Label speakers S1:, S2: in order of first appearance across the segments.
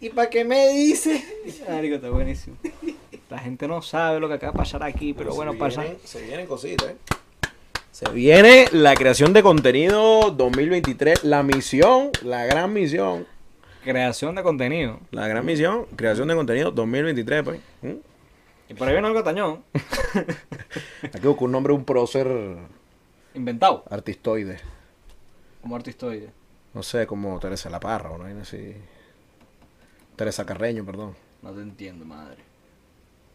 S1: ¿Y para qué me dice? Marico, está buenísimo. La gente no sabe lo que acaba de pasar aquí, pero
S2: Se
S1: bueno,
S2: vienen-
S1: pasa.
S2: Se vienen cositas, ¿eh? Se viene la creación de contenido 2023, la misión, la gran misión,
S1: Creación de contenido.
S2: la gran misión, creación de contenido 2023, pues. ¿Mm?
S1: Y por ahí viene algo tañón.
S2: Hay que buscar un nombre, un prócer
S1: Inventado.
S2: artistoide.
S1: Como artistoide.
S2: No sé, como Teresa La Parra o no hay así. Teresa Carreño, perdón.
S1: No te entiendo, madre.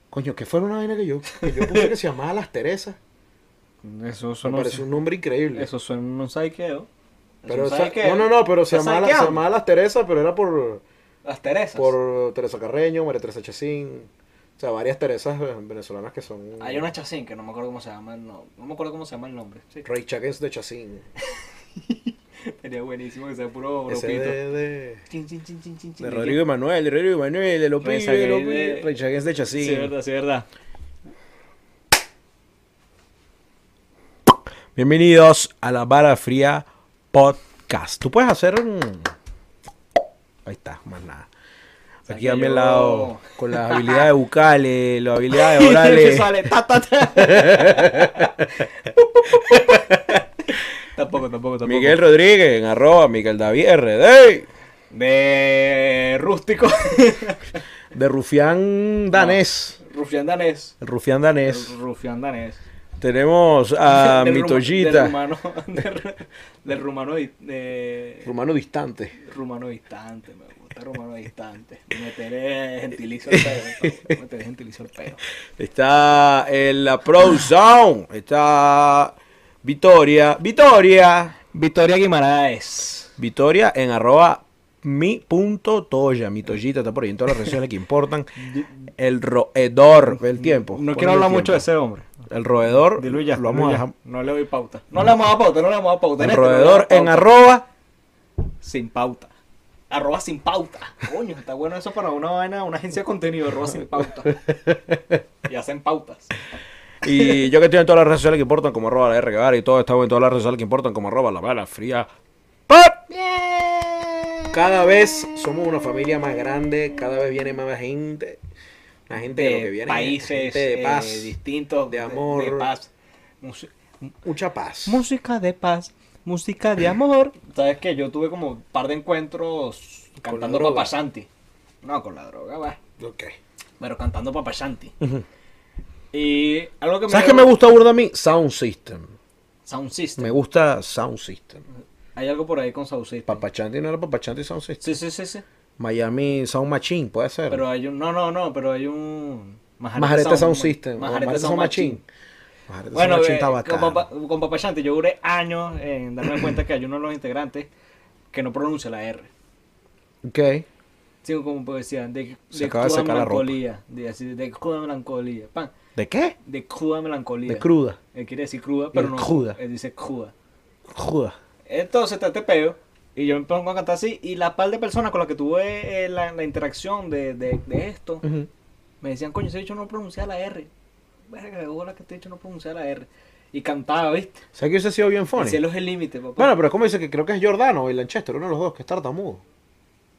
S2: Coño, que fue una vaina que yo, que yo puse que se llamaba Las Teresas.
S1: Eso
S2: Me
S1: suena.
S2: pareció un nombre increíble.
S1: Eso suena un psycheo.
S2: Pero esa- no, no, no, pero se llamaba, la- se llamaba Las Teresas, pero era por,
S1: Las Teresas.
S2: por Teresa Carreño, María Teresa Chacín. O sea, varias Teresas eh, venezolanas que son.
S1: Hay una chacín que no me acuerdo cómo se llama el nombre. No me acuerdo cómo se llama el nombre. Sí.
S2: Ray Chagins de Chacín.
S1: Sería buenísimo que sea puro
S2: Ese
S1: grupito.
S2: de, de,
S1: Chin, chin, chin, chin, chin, chin.
S2: de Rodrigo Emanuel, de Rodrigo Emanuel, de López,
S1: Ray
S2: de
S1: Chagins
S2: López,
S1: de-
S2: Ray Chagins de
S1: Sí,
S2: Chacín.
S1: es verdad, sí, es verdad.
S2: Bienvenidos a la Vara Fría Podcast. Tú puedes hacer un... Ahí está, más nada. Aquí a mi
S1: yo-
S2: lado, con las habilidades bucales, las habilidades
S1: que
S2: orales.
S1: sale. Ta, ta, ta. tampoco, tampoco, tampoco.
S2: Miguel Rodríguez, en arroba, Miguel David RD.
S1: De rústico.
S2: De Rufián Danés.
S1: Rufián danés.
S2: El Rufián Danés.
S1: Rufián danés.
S2: Tenemos a
S1: Del
S2: mi
S1: ruma- Del
S2: Toyita.
S1: rumano. del- Del rumano. di- de-
S2: Rumano distante.
S1: rumano distante. Me gusta rumano distante. Meteré gentilizo al pedo. por favor, Meteré gentilizo al pedo.
S2: Está en la Pro Zone. Está Vitoria. Vitoria.
S1: Victoria Guimaraes.
S2: Vitoria en arroba mi punto toya, mi toyita está por ahí en todas las redes sociales que importan. El roedor, el tiempo.
S1: No quiero hablar mucho de ese hombre.
S2: eso. El roedor,
S1: Dilo ya.
S2: lo vamos a
S1: dilo ya.
S2: dejar.
S1: No le doy pauta. No le vamos a dar pauta, no le vamos a dar pauta.
S2: El
S1: En este no le
S2: roedor
S1: damos
S2: en
S1: pauta.
S2: arroba.
S1: Sin pauta. Arroba sin pauta. Coño, está bueno eso para una vaina, una agencia de contenido, arroba sin pauta. Y hacen pautas.
S2: Y yo que estoy en todas las redes sociales que importan, como arroba la R Guevara y todo, estamos en todas las redes sociales que importan, como arroba la bala fría. ¡Pop! Cada vez somos una familia más grande, cada vez viene más gente. La gente de, lo que
S1: De
S2: viene
S1: países
S2: gente de
S1: eh,
S2: paz,
S1: distintos,
S2: de amor.
S1: de, paz. Musi-
S2: mucha paz.
S1: música de paz, música de amor. ¿Sabes qué? Yo tuve como un par de encuentros
S2: Con la
S1: cantando
S2: droga.
S1: Papa Santi. No, con la droga, va.
S2: Ok.
S1: Pero cantando Papa Santi. Y algo que
S2: ¿Sabes qué me gusta burda a mí? Sound System.
S1: Sound System.
S2: Me gusta Sound System.
S1: Hay algo por ahí con Sound System.
S2: Papachanti no era Papachanti Sound System.
S1: Sí, sí, sí, sí.
S2: Miami Sound Machine, puede ser.
S1: Pero hay un. No, no, no, pero hay un.
S2: Majarete Sound System. o
S1: Majarete
S2: Majarete
S1: Sound Machine.
S2: Majarete
S1: Bueno,
S2: Sound Machine
S1: eh,
S2: está
S1: con,
S2: bacano.
S1: Papa- con Papa Shanti yo duré años en darme cuenta que hay uno de los integrantes que no pronuncia la R.
S2: Ok.
S1: Sí, como pues decían, de,
S2: Se
S1: de
S2: acaba de
S1: cruda
S2: sacar la ropa.
S1: melancolía. De, así, de cruda melancolía. Pan,
S2: ¿De qué?
S1: de cruda melancolía.
S2: De cruda.
S1: Él quiere decir cruda, pero
S2: El
S1: no.
S2: cruda.
S1: Él dice cruda.
S2: Cruda.
S1: Entonces está este peo. Y yo me pongo a cantar así. Y la par de personas con las que tuve eh, la, la interacción de, de- de esto. Me decían, coño, ese dicho no pronuncia la R. Verga, de bola que este dicho no pronuncia la R. Y cantaba, ¿viste?
S2: ¿Sabes que hubiese sido bien
S1: El
S2: funny?
S1: cielo es el límite, papá.
S2: Bueno, pero ¿cómo dice que creo que es Jordano o el Lanchester? Uno de los dos, que es tartamudo.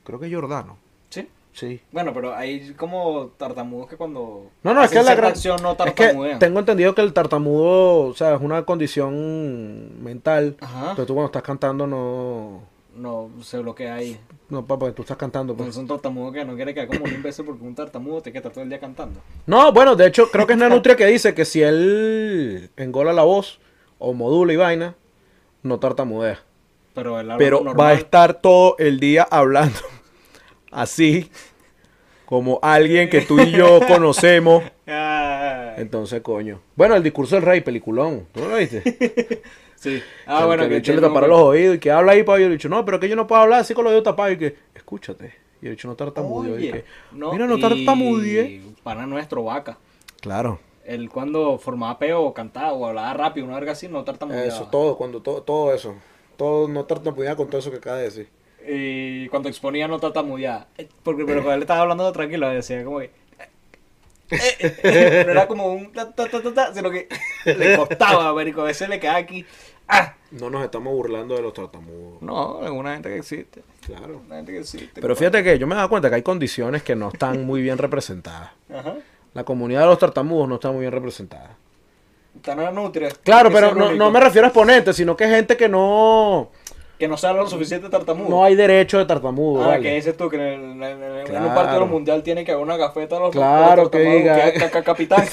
S2: Creo que es Jordano.
S1: ¿Sí?
S2: Sí.
S1: Bueno, pero hay como tartamudos que cuando.
S2: No, no, es
S1: hacen
S2: que la
S1: cierta
S2: gran...
S1: acción no
S2: es que
S1: tartamudean.
S2: tengo entendido que el tartamudo, o sea, es una condición mental.
S1: Ajá.
S2: Entonces tú cuando estás cantando no...
S1: No, se bloquea ahí.
S2: No, papá, tú estás cantando. pues.
S1: Entonces un tartamudo que no quiere quedar como un imbécil porque un tartamudo tiene que estar todo el día cantando.
S2: No, bueno, de hecho, creo que es Nanutria que dice que si él engola la voz o modula y vaina, no tartamudea.
S1: Pero el habla
S2: Pero
S1: normal-
S2: va a estar todo el día hablando así, como alguien que tú y yo conocemos.
S1: Ah,
S2: Entonces, coño. Bueno, el discurso del rey, peliculón. ¿Tú no lo viste?
S1: sí. Ah, bueno,
S2: que el bicho le
S1: tiene como
S2: taparon los oídos y que habla ahí para yo. Le dicho, no, pero que yo no puedo hablar así con los oídos tapados. Y que, escúchate. Y el dicho no tartamudeó. Y que, mira, no
S1: y
S2: tartamudeé.
S1: Pana nuestro, vaca.
S2: Claro.
S1: Él cuando formaba peo, o cantaba o hablaba rápido, una verga así, no tartamudeaba.
S2: Eso, todo, cuando todo, todo eso. Todo, no tartamudea con todo eso que acaba de decir.
S1: Y cuando exponía, no tartamudeaba. Eh, Porque, pero cuando él estaba hablando tranquilo, decía como que... eh, eh, no era como un ta, ta, ta, ta, ta, sino que le costaba, marico. A veces le quedaba aquí. ¡Ah!
S2: No nos estamos burlando de los tartamudos.
S1: No, alguna gente que existe.
S2: Claro.
S1: Una gente que existe.
S2: Pero fíjate que yo me he dado cuenta que hay condiciones que no están muy bien representadas.
S1: Ajá.
S2: La comunidad de los tartamudos no está muy bien representada.
S1: Está en la nutria.
S2: Claro,
S1: Ese es
S2: pero
S1: el
S2: no,
S1: único.
S2: no me refiero a exponentes, sino que gente que no,
S1: Que no sale lo suficiente tartamudo.
S2: no hay derecho de tartamudo.
S1: Ah,
S2: vale.
S1: que dices tú que en, el- en- en- en
S2: Claro.
S1: un partido mundial tiene que haber una gafeta a los
S2: Claro,
S1: los
S2: que
S1: tartamudos,
S2: diga.
S1: que- que- capitán.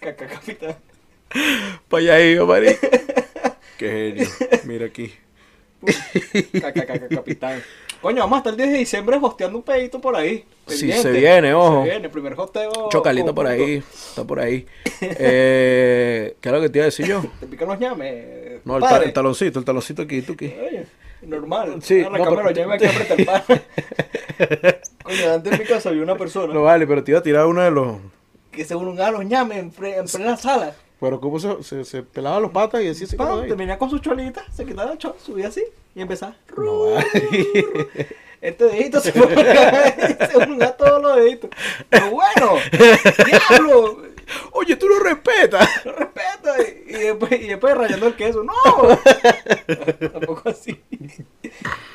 S1: Caca capitán.
S2: Para allá iba, marico. Qué genio. Mira aquí.
S1: Caca, caca, capitán. Coño, vamos a estar el 10 de diciembre hosteando un pedito por ahí.
S2: Sí,
S1: Pendiente.
S2: se viene, ojo.
S1: Se viene, primer hosteo.
S2: Chocalito por
S1: conjunto.
S2: ahí. Está por ahí. Eh, ¿Qué es lo que te iba a decir yo?
S1: Te pican los ñames.
S2: No, el, ta-
S1: padre.
S2: el taloncito, el taloncito aquí, tú aquí.
S1: Oye, normal.
S2: Sí,
S1: Sí, la
S2: no,
S1: cámara,
S2: pero-
S1: ya me hay que apretar el palo. Coño, antes en mi casa había una persona
S2: No vale, pero te iba a tirar uno de los.
S1: que se unía a los ñames en, fre- en plena sala.
S2: Pero como se, se, se pelaba los patas y así se
S1: Pa,
S2: quedaba ahí.
S1: terminaba con su cholita, se quitaba el chol, subía así y empezaba.
S2: No vale.
S1: Este dedito se fue para acá, se unía todos los deditos. Pero bueno, diablo,
S2: Oye, tú lo respetas.
S1: respeto. Y después, y después rayando el queso, ¡no! Tampoco así.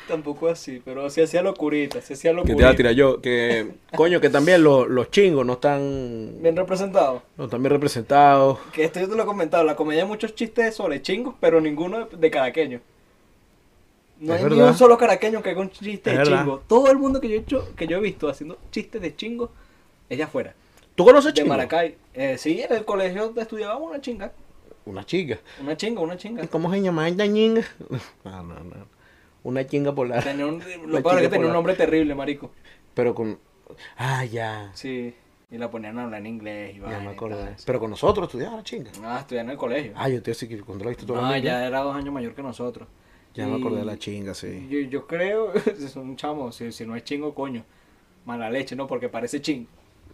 S1: Tampoco así, pero sí hacía locurita, sí hacía
S2: Que te iba
S1: locurita.
S2: a tirar yo. Que, coño, que también los, los chingos no están.
S1: Bien representado.
S2: No están bien representados.
S1: Que esto yo te lo he comentado, la comedia hay muchos chistes sobre chingos, pero ninguno de, de caraqueño. No
S2: Es
S1: hay ni
S2: verdad.
S1: un solo caraqueño que haga un chiste
S2: Es
S1: de
S2: verdad.
S1: chingo. Todo el mundo que yo he hecho, que yo he visto haciendo chistes de chingo, es de afuera.
S2: ¿Tú conoces
S1: De
S2: chingos?
S1: Maracay. Eh, sí, en el colegio estudiábamos una chinga.
S2: Una chica.
S1: Una chinga, una chinga.
S2: ¿Cómo se llama esta chinga? No, no, no. Una chinga polar.
S1: Tenía un,
S2: Una
S1: lo peor es que
S2: chinga
S1: tenía
S2: polar.
S1: un nombre terrible, marico.
S2: Pero con. Ah, ya.
S1: Sí. Y la ponían a hablar en inglés y
S2: Ya me
S1: vaina y todo
S2: acordé.
S1: eso.
S2: Pero con nosotros estudiaba la chinga.
S1: No, estudiaba en el colegio.
S2: Ah, yo te decía que cuando la viste tú
S1: No, ya era dos años mayor que nosotros.
S2: Ya me acordé de la
S1: Y-
S2: chinga, sí.
S1: Yo, yo creo, es un chamo, si, si no es chingo, coño. Mala leche, ¿no? Porque parece chingo.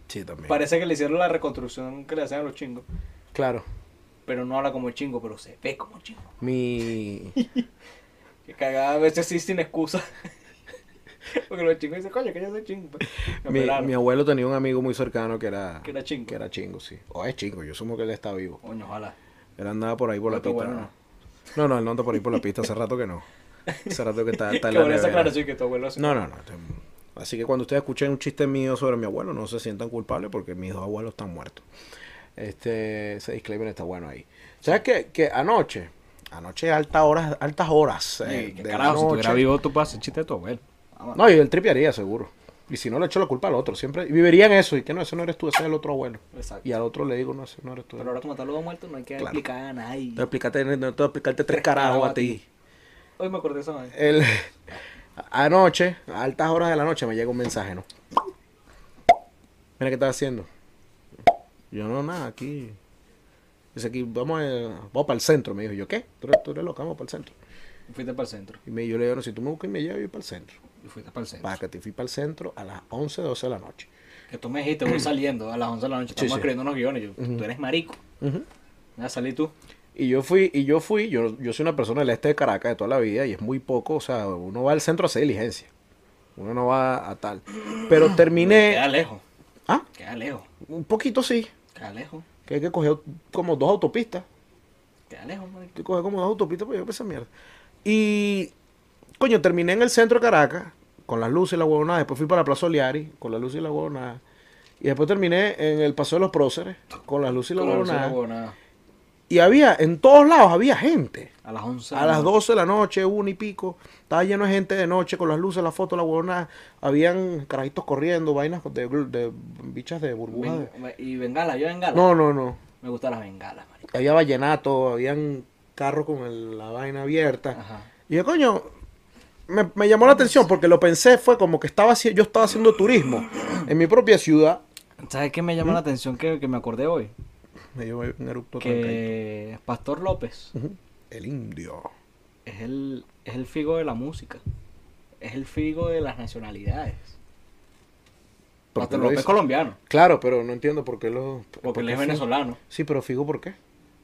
S2: Sí, también.
S1: Parece que le hicieron la reconstrucción que le hacen a los chingos.
S2: Claro.
S1: Pero no habla como chingo, pero se ve como chingo.
S2: Mi.
S1: Que cagada a veces sí sin excusa. Porque los chingos dicen, coño, que yo soy chingo. pues. Me
S2: Mi,
S1: operaron,
S2: mi abuelo tenía un amigo muy cercano que era.
S1: que era chingo.
S2: Que era chingo, sí. O es chingo, yo sumo que él está vivo.
S1: Coño, ojalá.
S2: Él andaba por ahí por la
S1: Pero tu
S2: pista.
S1: abuelo
S2: no, no, él no anda por ahí por la pista. Hace rato que no. Hace rato que está, está en
S1: Que
S2: la
S1: buena esa
S2: nevera.
S1: aclaración que tu abuelo hace.
S2: No, no, no. Así que cuando ustedes escuchen un chiste mío sobre mi abuelo, no se sientan culpables porque mis dos abuelos están muertos. Este, ese disclaimer está bueno ahí. ¿Sabes qué? Que anoche, anoche altas horas, altas horas. eh,
S1: Ey, que
S2: de la
S1: carajo, si
S2: noche. Ah,
S1: estuviera vivo, tú pasas el chiste de tu abuelo.
S2: No, y él tripearía seguro. Y si no le echo la culpa al otro, siempre y vivirían eso y que no, ese no eres tú, ese es el otro abuelo.
S1: Exacto.
S2: Y al otro le digo, no, ese no eres tú.
S1: Pero ahora, como está luego muerto, no hay que
S2: Claro.
S1: explicar a nadie.
S2: Te explicaste, no te explicaste tres carajos a ti.
S1: Hoy me acordé de esa madre.
S2: El, anoche, a altas horas de la noche, me llega un mensaje, ¿no? Mira qué estás haciendo. Yo no, nada, aquí. Dice aquí, vamos, eh, vamos para el centro. Me dijo, ¿yo qué? Tú eres, tú eres loca, vamos para el centro.
S1: Fuiste para el centro.
S2: Y me, yo le digo, no, si tú me buscas y me llevas, yo voy para el centro.
S1: Y fuiste para el centro.
S2: Para que te fui para el centro a las 11, 12 de la noche.
S1: Que tú me dijiste, voy saliendo a las 11 de la noche, estamos
S2: sí.
S1: escribiendo unos guiones. Yo, tú eres marico. Ya salí tú.
S2: Y yo fui, y yo fui, yo, yo soy una persona del este de Caracas de toda la vida y es muy poco, o sea, uno va al centro a hacer diligencia. Uno no va a tal. Pero
S1: Queda
S2: terminé.
S1: lejos,
S2: Ah,
S1: queda lejos,
S2: un poquito sí.
S1: queda lejos,
S2: que hay que coger como dos autopistas.
S1: queda lejos, marico.
S2: Hay que coger como dos autopistas para llegar a esa mierda. Y, coño, terminé en el centro de Caracas con las luces y la huevonada. Después fui para la Plaza Oliari con las luces y la huevonada. Y después terminé en el Paseo de los Próceres con las luces y la
S1: Claro, eso no
S2: huevonada.
S1: huevo, nada.
S2: Y había, en todos lados había gente.
S1: A las 11.
S2: A las 12 de la noche, una y pico, estaba lleno de gente de noche con las luces, las fotos, la huevonada. Habían carajitos corriendo, vainas de, de bichas de burbujas. de-
S1: Y bengala, yo bengala.
S2: No, no, no.
S1: Me gustan las bengalas, marico.
S2: había vallenato, habían carros con el- la vaina abierta.
S1: Ajá.
S2: Y yo, coño, me, me llamó la atención porque lo pensé, fue como que estaba haci- yo estaba haciendo turismo en mi propia ciudad.
S1: ¿Sabes qué me llama la
S2: ¿Mm?
S1: atención que, que me acordé hoy?
S2: Me dio un eructo trancadito.
S1: Que Pastor López
S2: Ujú. El indio.
S1: es el, es el figo de la música, es el figo de las nacionalidades.
S2: ¿Por qué
S1: Pastor
S2: lo
S1: López
S2: dice?
S1: es colombiano,
S2: Claro, pero no entiendo por qué lo. por
S1: porque él
S2: qué
S1: es
S2: Figo.
S1: venezolano,
S2: Sí, pero Figo, ¿por qué?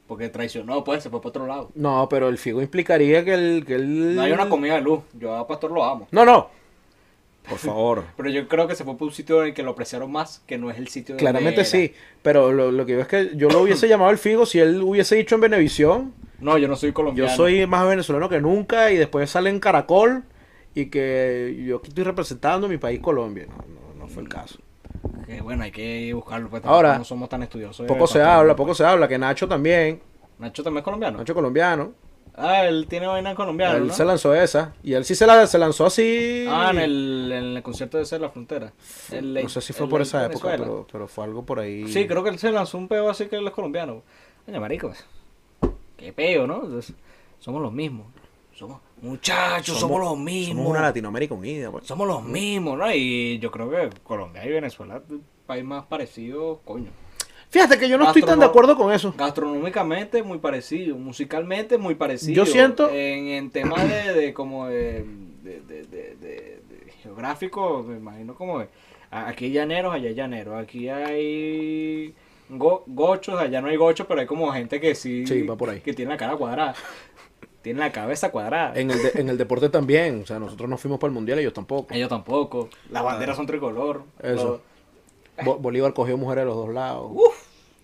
S1: porque traicionó, pues se fue para otro lado.
S2: No, pero el Figo implicaría que él. Que él...
S1: No hay una comida de luz, yo a Pastor lo amo.
S2: No, no. Por favor.
S1: Pero yo creo que se fue por un sitio en el que lo apreciaron más, que no es el sitio donde
S2: Claramente
S1: era.
S2: sí. Pero lo, lo que yo es que yo lo hubiese llamado el Figo si él hubiese dicho en Benevisión.
S1: No, yo no soy
S2: Yo
S1: colombiano.
S2: soy más venezolano que nunca y después sale en Caracol y que yo aquí estoy representando mi país Colombia. No, no, no fue el caso.
S1: Que, bueno, hay que buscarlo, pues
S2: Ahora,
S1: Ahora, no somos tan estudiosos. de
S2: Poco se
S1: Pastor
S2: habla,
S1: López.
S2: poco se habla, que Nacho también,
S1: Nacho también es colombiano.
S2: Nacho colombiano,
S1: Ah, él tiene vaina colombiana,
S2: él
S1: ¿no?
S2: se lanzó esa y él sí se, la, se lanzó así.
S1: Ah, en el, en el concierto de Ser la Frontera. El
S2: No
S1: Lake-
S2: sé si
S1: el
S2: fue por
S1: Lake
S2: esa época,
S1: Venezuela.
S2: pero, pero fue algo por ahí.
S1: Sí, creo que él se lanzó un peo así que los colombianos. Oye, marico, pues, qué peo, ¿no? Entonces, somos los mismos. Somos muchachos, somos, los mismos.
S2: Somos una Latinoamérica unida. pues.
S1: Somos los mismos, ¿no? Y yo creo que Colombia y Venezuela, país más parecido, coño.
S2: Fíjate que yo no estoy tan de
S1: Gastronom-
S2: acuerdo con eso.
S1: Gastronómicamente muy parecido, musicalmente muy
S2: Yo
S1: parecido.
S2: siento-
S1: En, en tema de, de como de, de- de- de- de- de geográfico, me imagino como de, a- aquí hay llaneros, allá hay llaneros, aquí hay go- gochos, allá no hay gochos, pero hay como gente que sí,
S2: Sí, va por ahí.
S1: que tiene la cara cuadrada, tiene la cabeza cuadrada.
S2: En el, de- en el deporte también. O sea, nosotros no fuimos para el mundial, ellos tampoco.
S1: Ellos tampoco. Las banderas son tricolor.
S2: Ah. Eso. Bo- Bolívar cogió mujeres de los dos lados.
S1: Lo- uf.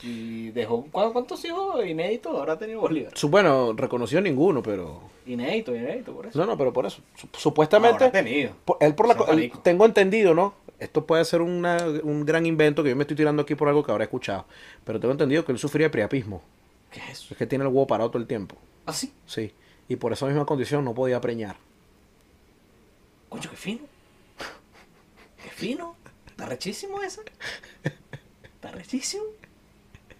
S1: Y dejó ¿cu- cuántos hijos inéditos ahora ha tenido Bolívar.
S2: Su- Bueno, reconoció ninguno, pero.
S1: Inédito, inédito, por eso.
S2: No, no, pero por eso. Su-
S1: Ahora ha
S2: Supuestamente.
S1: tenido.
S2: por- él por la co-
S1: Son
S2: él-
S1: ricos.
S2: tengo entendido, ¿no? Esto puede ser una- un gran invento que yo me estoy tirando aquí por algo que habrá escuchado. Pero tengo entendido que él sufría de priapismo.
S1: ¿Qué es eso? Ah,
S2: Es que tiene el huevo parado todo el tiempo.
S1: ¿Así?
S2: Sí. Y por esa misma condición no podía preñar.
S1: Coño, qué fino. Qué fino. Está rechísimo eso. Está rechísimo.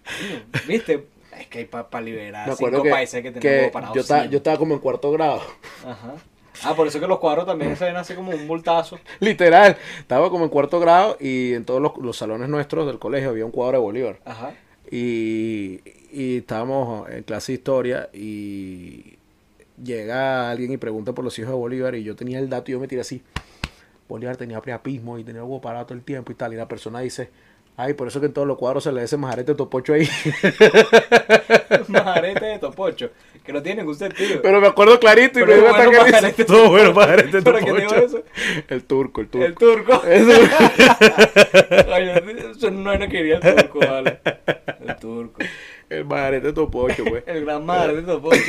S1: Coño, ¿Viste? Es que hay para liberar
S2: Me acuerdo
S1: Ah, cinco
S2: que,
S1: países que
S2: que
S1: tenemos parados.
S2: yo, estaba-
S1: cien.
S2: yo estaba como en cuarto grado.
S1: Ajá. Ah, por eso que los cuadros también se ven así como un bultazo.
S2: Literal. Estaba como en cuarto grado y en todos los, los salones nuestros del colegio había un cuadro de Bolívar.
S1: Ajá.
S2: Y, y estábamos en clase de historia y llega alguien y pregunta por los hijos de Bolívar y yo tenía el dato y yo me tiré así. Bolívar tenía priapismo y tenía huevo parado todo el tiempo y tal. Y la persona dice, ay, por eso que en todos los cuadros se le dice majarete topocho ahí.
S1: Majarete de topocho. Que no tiene ningún sentido.
S2: Pero me acuerdo clarito y
S1: Pero
S2: me dio un
S1: bueno,
S2: ataque de risa.
S1: majarete
S2: Todo bueno, majarete
S1: ¿Pero qué te digo
S2: topocho.
S1: eso?
S2: El turco, el turco.
S1: El turco.
S2: Eso-
S1: Coño, eso no era que iría el turco, vale. El turco.
S2: el majarete topocho, pues.
S1: El gran madarete de Topocho.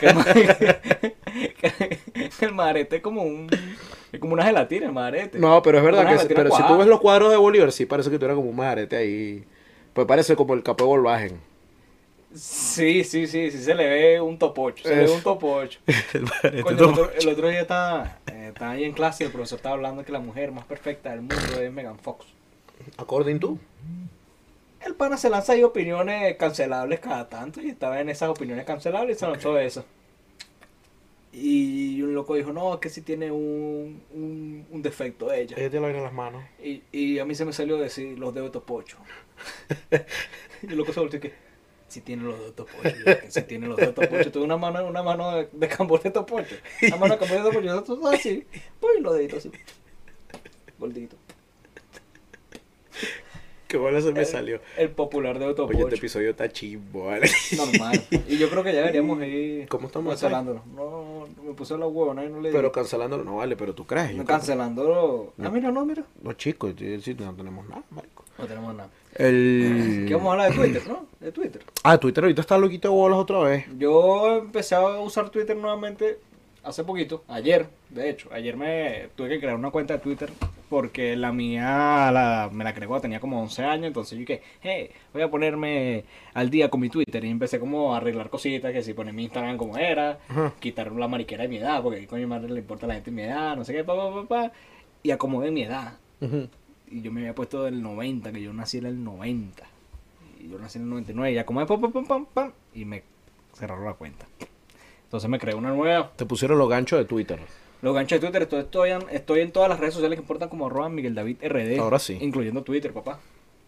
S1: Que ma- que- el madarete es como un. Es como una gelatina, el madarete.
S2: No, pero es verdad
S1: Una
S2: que si,
S1: gelatina
S2: pero si tú
S1: cuajada.
S2: ves los cuadros de Bolívar, sí parece que tú eras como un majarete ahí. Pues parece como el capó de Volvagen.
S1: Sí, sí, sí, sí se le ve un topocho. Se le ve
S2: Eso.
S1: un topocho.
S2: El majarete
S1: Coño, el,
S2: topocho.
S1: otro, el otro día estaba, eh, estaba ahí en clase y el profesor estaba hablando que la mujer más perfecta del mundo es Megan Fox.
S2: According to.
S1: El pana se lanza ahí opiniones cancelables cada tanto y estaba en esas opiniones cancelables y se lanzó eso. Y un loco dijo, no, es que sí tiene un, un, un defecto ella.
S2: Ella tiene la en las manos.
S1: Y, y a mí se me salió decir los dedos de topocho. y el loco se volteó y que si tiene los dedos de topocho, yo, que si tiene los dedos de topocho, tuve una mano, una mano de, de tambor de topocho, una mano de tambor de topocho, nosotros todos así, pues los deditos así, gordito.
S2: Qué bueno se me
S1: El-
S2: salió.
S1: El popular dedo de
S2: Oye,
S1: topocho.
S2: este episodio está chimbo, ¿vale?
S1: Normal. Y yo creo que ya deberíamos ir
S2: ¿Cómo estamos de
S1: cancelando. No, no, me puse la huevona y no le
S2: Pero
S1: pero,
S2: cancelándolo no vale, pero tú crees. Yo
S1: no,
S2: creo-
S1: cancelando. Ah, mira, no, mira.
S2: No, chicos, yo- sí, no tenemos nada, marico.
S1: No tenemos nada.
S2: El...
S1: Que Eh, vamos a hablar de Twitter, ¿no? De Twitter.
S2: Ah, Twitter ahorita está loquito de bolas otra vez.
S1: Yo empecé a usar Twitter nuevamente hace poquito, ayer, de hecho, ayer me tuve que crear una cuenta de Twitter porque la mía la- me la creé cuando tenía como 11 años, entonces yo dije, hey, voy a ponerme al día con mi Twitter y empecé como a arreglar cositas, que si poner mi Instagram como era,
S2: Ajá.
S1: quitar la mariquera de mi edad, porque con mi madre le importa a la gente mi edad, no sé qué, pa, pa, pa, pa, y acomodé mi edad. Y yo me había puesto del 90, que yo nací en el 90. Y yo nací en el 99, ya como de pam, pam, pam, pam, pam, y me cerraron la cuenta. Entonces me creé una nueva.
S2: Te pusieron los ganchos de Twitter.
S1: Los ganchos de Twitter, estoy, estoy, en, estoy en todas las redes sociales que importan como arroba Miguel David RD.
S2: Ahora sí.
S1: Incluyendo Twitter, papá.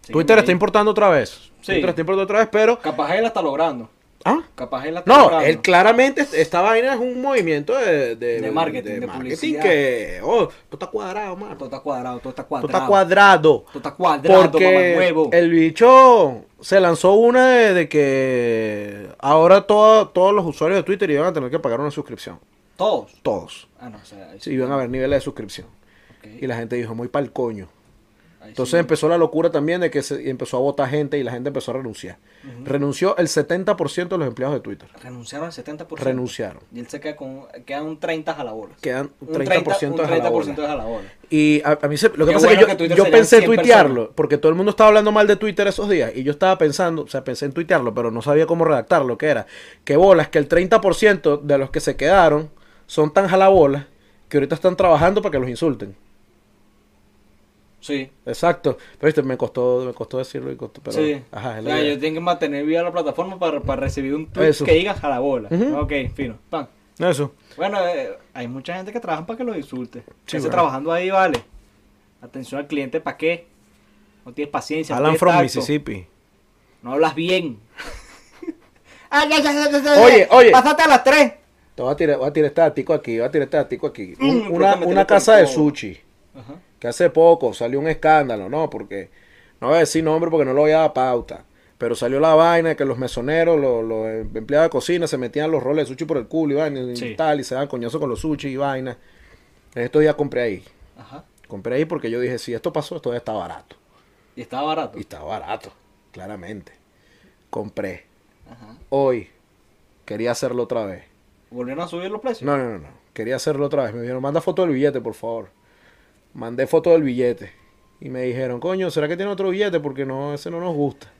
S1: Sígueme
S2: Twitter
S1: ahí.
S2: está importando otra vez.
S1: Sí.
S2: Twitter está importando otra vez, pero
S1: Capaz él la está logrando.
S2: ¿Ah?
S1: Capaz él la está
S2: No,
S1: comprando.
S2: él claramente, esta vaina es un movimiento de, de,
S1: De marketing, de publicidad.
S2: que, oh, tú estás cuadrado, mano.
S1: Todo está cuadrado, todo está
S2: Tú
S1: cuadrado.
S2: estás cuadrado.
S1: Todo está cuadrado,
S2: Porque
S1: huevo.
S2: el bicho se lanzó una de, de que ahora todo- todos los usuarios de Twitter iban a tener que pagar una suscripción.
S1: Todos.
S2: Todos.
S1: Ah, no, o sea, ahí
S2: Sí, iban a haber niveles de suscripción.
S1: ok,
S2: Y la gente dijo, muy pa'l coño.
S1: ahí
S2: Entonces
S1: sí.
S2: empezó la locura también de que se, y empezó a votar gente y la gente empezó a renunciar. Renunció el 70% de los empleados de Twitter.
S1: Renunciaron al 70%.
S2: Renunciaron.
S1: Y él se queda con. Quedan un 30 jalabolas.
S2: Quedan
S1: Un
S2: 30% de jalabola.
S1: 30% de jalabolas.
S2: Y a, a mí se- lo que
S1: Qué
S2: pasa
S1: bueno
S2: es que
S1: que
S2: yo,
S1: Twitter
S2: yo
S1: serían
S2: pensé
S1: 100
S2: tuitearlo, porque todo el mundo estaba hablando mal de Twitter esos días, y yo estaba pensando, o sea, pensé en tuitearlo, pero no sabía cómo redactar lo que era. Que bolas, que el 30% de los que se quedaron son tan jalabolas que ahorita están trabajando para que los insulten.
S1: Sí.
S2: Exacto. Pero viste, me costó, me costó decirlo, y costó, pero...
S1: sí.
S2: Ajá, es
S1: o
S2: la
S1: sea,
S2: idea.
S1: yo tengo que mantener viva la plataforma para, para recibir un tweet
S2: Eso.
S1: que diga jalabola.
S2: Ujú.
S1: Ok, fino. Pan.
S2: Eso.
S1: Bueno, eh, hay mucha gente que trabaja para que los insulte.
S2: Sí,
S1: Ese
S2: bueno.
S1: trabajando ahí, vale. Atención al cliente, ¿para qué? No tienes paciencia. no
S2: Alan
S1: tienes
S2: from
S1: tacto,
S2: Mississippi.
S1: No hablas bien.
S2: Oye, oye.
S1: Pásate a las 3.
S2: Te voy a tirar, voy a tirar estático aquí, voy a tirar estático aquí.
S1: Mm,
S2: Un-
S1: creo
S2: una
S1: que
S2: una
S1: me tiré con
S2: casa de
S1: todo.
S2: sushi.
S1: Ajá.
S2: que hace poco salió un escándalo, ¿no? Porque no voy a decir nombre porque no lo voy a dar pauta. Pero salió la vaina de que los mesoneros, los, los empleados de cocina, se metían los roles de sushi por el culo y vaina y
S1: Sí.
S2: tal, y se daban coñazo con los sushi y vaina. En estos días compré ahí.
S1: Ajá.
S2: Compré ahí porque yo dije, si esto pasó, esto ya está barato.
S1: Y estaba barato.
S2: Y está barato, claramente. Compré.
S1: Ajá.
S2: Hoy quería hacerlo otra vez.
S1: ¿Volvieron a subir los precios?
S2: No, no, no, no. Quería hacerlo otra vez. Me dijeron, manda foto del billete, por favor. Mandé foto del billete. Y me dijeron, coño, ¿será que tiene otro billete? Porque no, ese no nos gusta.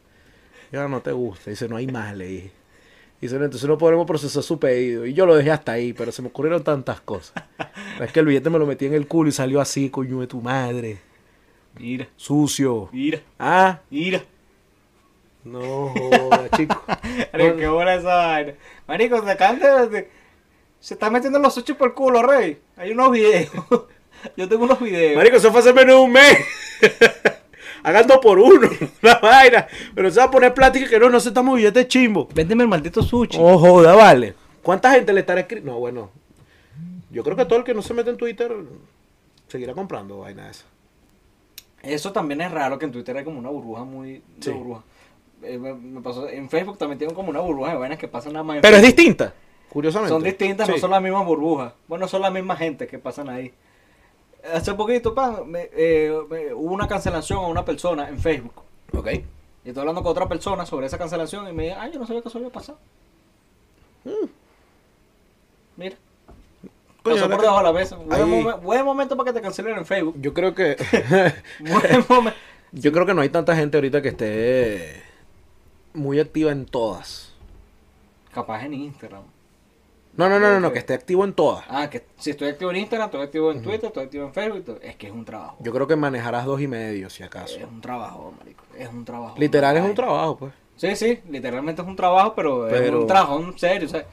S2: Ya no te gusta. Dice, no hay más, le dije. Dice, no, entonces no podremos procesar su pedido. Y yo lo dejé hasta ahí, pero se me ocurrieron tantas cosas. Es que el billete me lo metí en el culo y salió así, coño de tu madre.
S1: Mira,
S2: Sucio.
S1: mira,
S2: Ah,
S1: mira.
S2: no, joda, chico.
S1: Marico, qué bola esa vaina. Marico, se acaban de- de- Se está metiendo los sushi por el culo, rey. Hay unos videos. Yo tengo unos videos.
S2: Marico, eso fue hace menos de un mes. Hagando por uno, una vaina. Pero se va a poner plática que no, no aceptamos billetes chimbo.
S1: Véndeme el maldito sushi.
S2: Oh, joda, vale. ¿Cuánta gente le estará escribiendo? No, bueno. Yo creo que todo el que no se mete en Twitter seguirá comprando vaina esa.
S1: Eso también es raro que en Twitter hay como una burbuja muy. de
S2: Sí.
S1: burbuja. Eh, me- me pasó- en Facebook también tienen como una burbuja de vainas que pasan nada más. en
S2: Pero es
S1: Facebook.
S2: distinta. Curiosamente.
S1: Son distintas, no
S2: Sí.
S1: son las mismas burbujas. Bueno, son la misma gente que pasan ahí. Hace poquito, pan, me- eh, me- hubo una cancelación a una persona en Facebook.
S2: Ok.
S1: Y estoy hablando con otra persona sobre esa cancelación y me dice, ay, yo no sabía que eso había pasado. Mira,
S2: Hmm. Coño,
S1: pasó
S2: ahora
S1: por
S2: que-
S1: debajo de la mesa.
S2: ahí-
S1: Buen, momen- buen momento para que te cancelen en Facebook.
S2: Yo creo que.
S1: Buen momento.
S2: yo creo que no hay tanta gente ahorita que esté muy activa en todas.
S1: Capaz en Instagram.
S2: No, no, no, no, no, que esté activo en todas.
S1: Ah, que si estoy activo en Instagram, estoy activo en Twitter, estoy activo en Facebook. todo. Es que es un trabajo.
S2: Yo creo que manejarás dos y medio, si acaso.
S1: Es un trabajo, marico. Es un trabajo.
S2: Literal es
S1: Ay.
S2: un trabajo, pues.
S1: Sí, sí, literalmente es un trabajo, pero, es
S2: Pero-
S1: un trabajo en serio. o sea,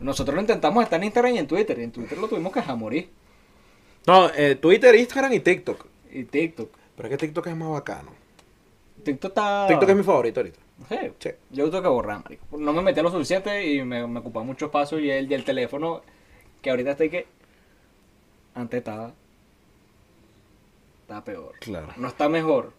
S1: nosotros lo intentamos estar en Instagram y en Twitter. Y en Twitter lo tuvimos que dejar morir.
S2: No, eh, Twitter, Instagram y TikTok.
S1: Y TikTok.
S2: Pero es que TikTok es más bacano.
S1: TikTok está.
S2: TikTok es mi favorito ahorita.
S1: Sí.
S2: Sí.
S1: Yo lo tengo que borrar, marico. No me metía lo suficiente y me, me ocupaba mucho espacio y el, y el teléfono, que ahorita estoy que... Antes estaba... Estaba peor.
S2: Claro.
S1: No está mejor.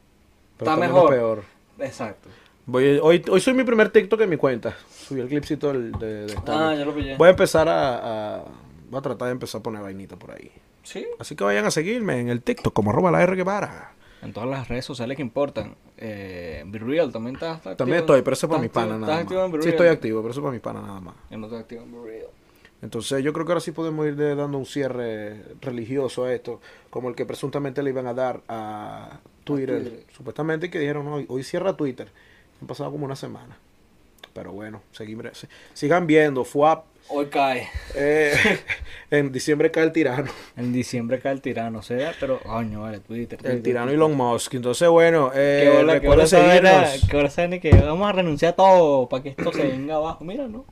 S2: Pero
S1: Está
S2: menos
S1: mejor.
S2: peor.
S1: Exacto.
S2: Voy- hoy, hoy soy mi primer TikTok en mi cuenta. Subí el clipcito del- de, de stand-up.
S1: Ah, ya lo pillé.
S2: Voy a empezar a, a- Voy a tratar de empezar a poner vainita por ahí.
S1: Sí.
S2: Así que vayan a seguirme en el TikTok como roba la R que para.
S1: En todas las redes sociales que importan. Eh, Be Real también está, está
S2: También
S1: activo.
S2: estoy, pero eso es para mis
S1: ¿Estás
S2: panas
S1: activo-
S2: nada
S1: ¿Estás activo en Be
S2: más.
S1: Real?
S2: Sí, estoy activo, pero eso es para mis panas nada más.
S1: Yo no estoy activo en Be Real.
S2: Entonces yo creo que ahora sí podemos ir de- dando un cierre religioso a esto, como el que presuntamente le iban a dar a Twitter,
S1: Twitter.
S2: supuestamente que dijeron hoy, hoy cierra Twitter. Han pasado como una semana. Pero bueno, seguimos, si- sigan viendo, FUAP.
S1: Hoy cae.
S2: eh, en diciembre cae el tirano.
S1: En diciembre cae el tirano, o sea, pero... Coño, vale, Twitter.
S2: El
S1: Twitter,
S2: tirano
S1: Twitter.
S2: Elon Musk. Entonces, bueno, eh,
S1: Que hola, que
S2: recuerden
S1: hola esa vaina,
S2: seguirnos.
S1: que hola esa vaina que vamos a renunciar a todo para que esto se venga abajo. Mira, ¿no?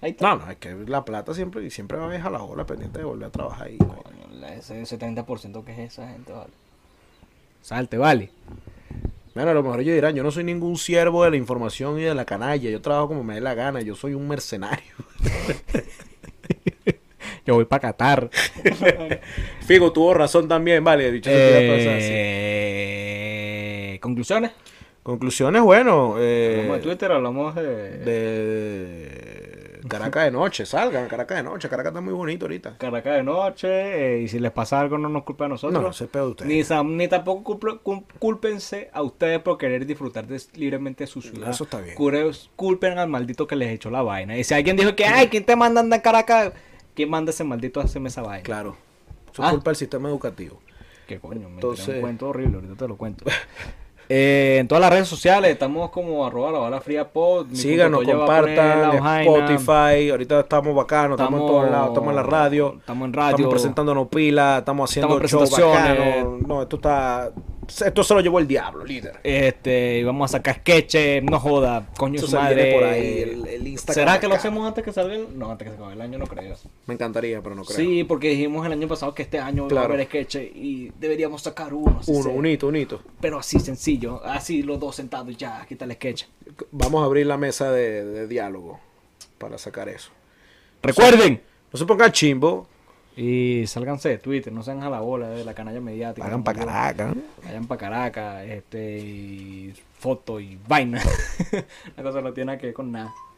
S1: Ahí está.
S2: No, no, es que la plata siempre, siempre va a dejar la ola pendiente de volver a trabajar ahí. güey.
S1: Coño, la- ese 70% que es esa gente, vale. Salte, vale.
S2: Bueno, a lo mejor ellos dirán, yo no soy ningún siervo de la información y de la canalla, yo trabajo como me dé la gana, yo soy un mercenario. yo voy para Qatar. Figo, tuvo razón también, vale, dicho sea, todas esas-
S1: Eh, Conclusiones.
S2: Conclusiones, bueno, eh,
S1: hablamos de Twitter, hablamos de.
S2: de Caracas de noche, salgan, Caracas de noche, Caracas está muy bonito ahorita.
S1: Caracas de noche. eh, y si les pasa algo, no nos culpa a nosotros.
S2: No, ese es pedo de ustedes.
S1: Ni, sam- ni tampoco culp- cul- cúlpense a ustedes por querer disfrutar de- libremente de su ciudad.
S2: Eso está bien.
S1: Cure- culpen al maldito que les echó la vaina. Y si alguien dijo que, ay, ¿quién te manda a andar en Caracas? ¿Quién manda a ese maldito a hacerme esa vaina?
S2: Claro, eso
S1: Ah.
S2: es culpa del sistema educativo.
S1: Que coño, me
S2: Entonces-
S1: tiré un cuento horrible, ahorita te lo cuento. Eh, en todas las redes sociales estamos como arroba la bala fría pod. mi
S2: Síganos,
S1: punto co ya va a poner
S2: compartan,
S1: la vaina.
S2: Spotify, ahorita estamos bacanos, estamos, en todos lados, estamos en la radio,
S1: Estamos en radio.
S2: estamos presentándonos pila, estamos haciendo shows
S1: Estamos presentaciones.
S2: bacanos. No, esto está, esto se lo llevó el diablo, líder.
S1: Este, y vamos a sacar sketches, no joda, coño
S2: Eso
S1: su
S2: se
S1: madre.
S2: viene por ahí, el- el Instagram
S1: ¿Será que lo
S2: acá.
S1: hacemos antes que salga el... No, antes que se acabe el año, no creo.
S2: Me encantaría, pero no creo.
S1: Sí, porque dijimos el año pasado que este año
S2: Claro.
S1: va a haber sketches y deberíamos sacar uno. así
S2: uno,
S1: sea.
S2: unito, unito.
S1: Pero así sencillo, así los dos sentados y ya, quita el sketch.
S2: Vamos a abrir la mesa de, de diálogo para sacar eso.
S1: Recuerden.
S2: No se pongan chimbo.
S1: Y sálganse de Twitter, no sean a la bola de la canalla mediática.
S2: Hagan para
S1: tampoco.
S2: Caracas.
S1: Vayan para Caracas, este, y foto y vaina. la cosa no tiene nada que ver con nada.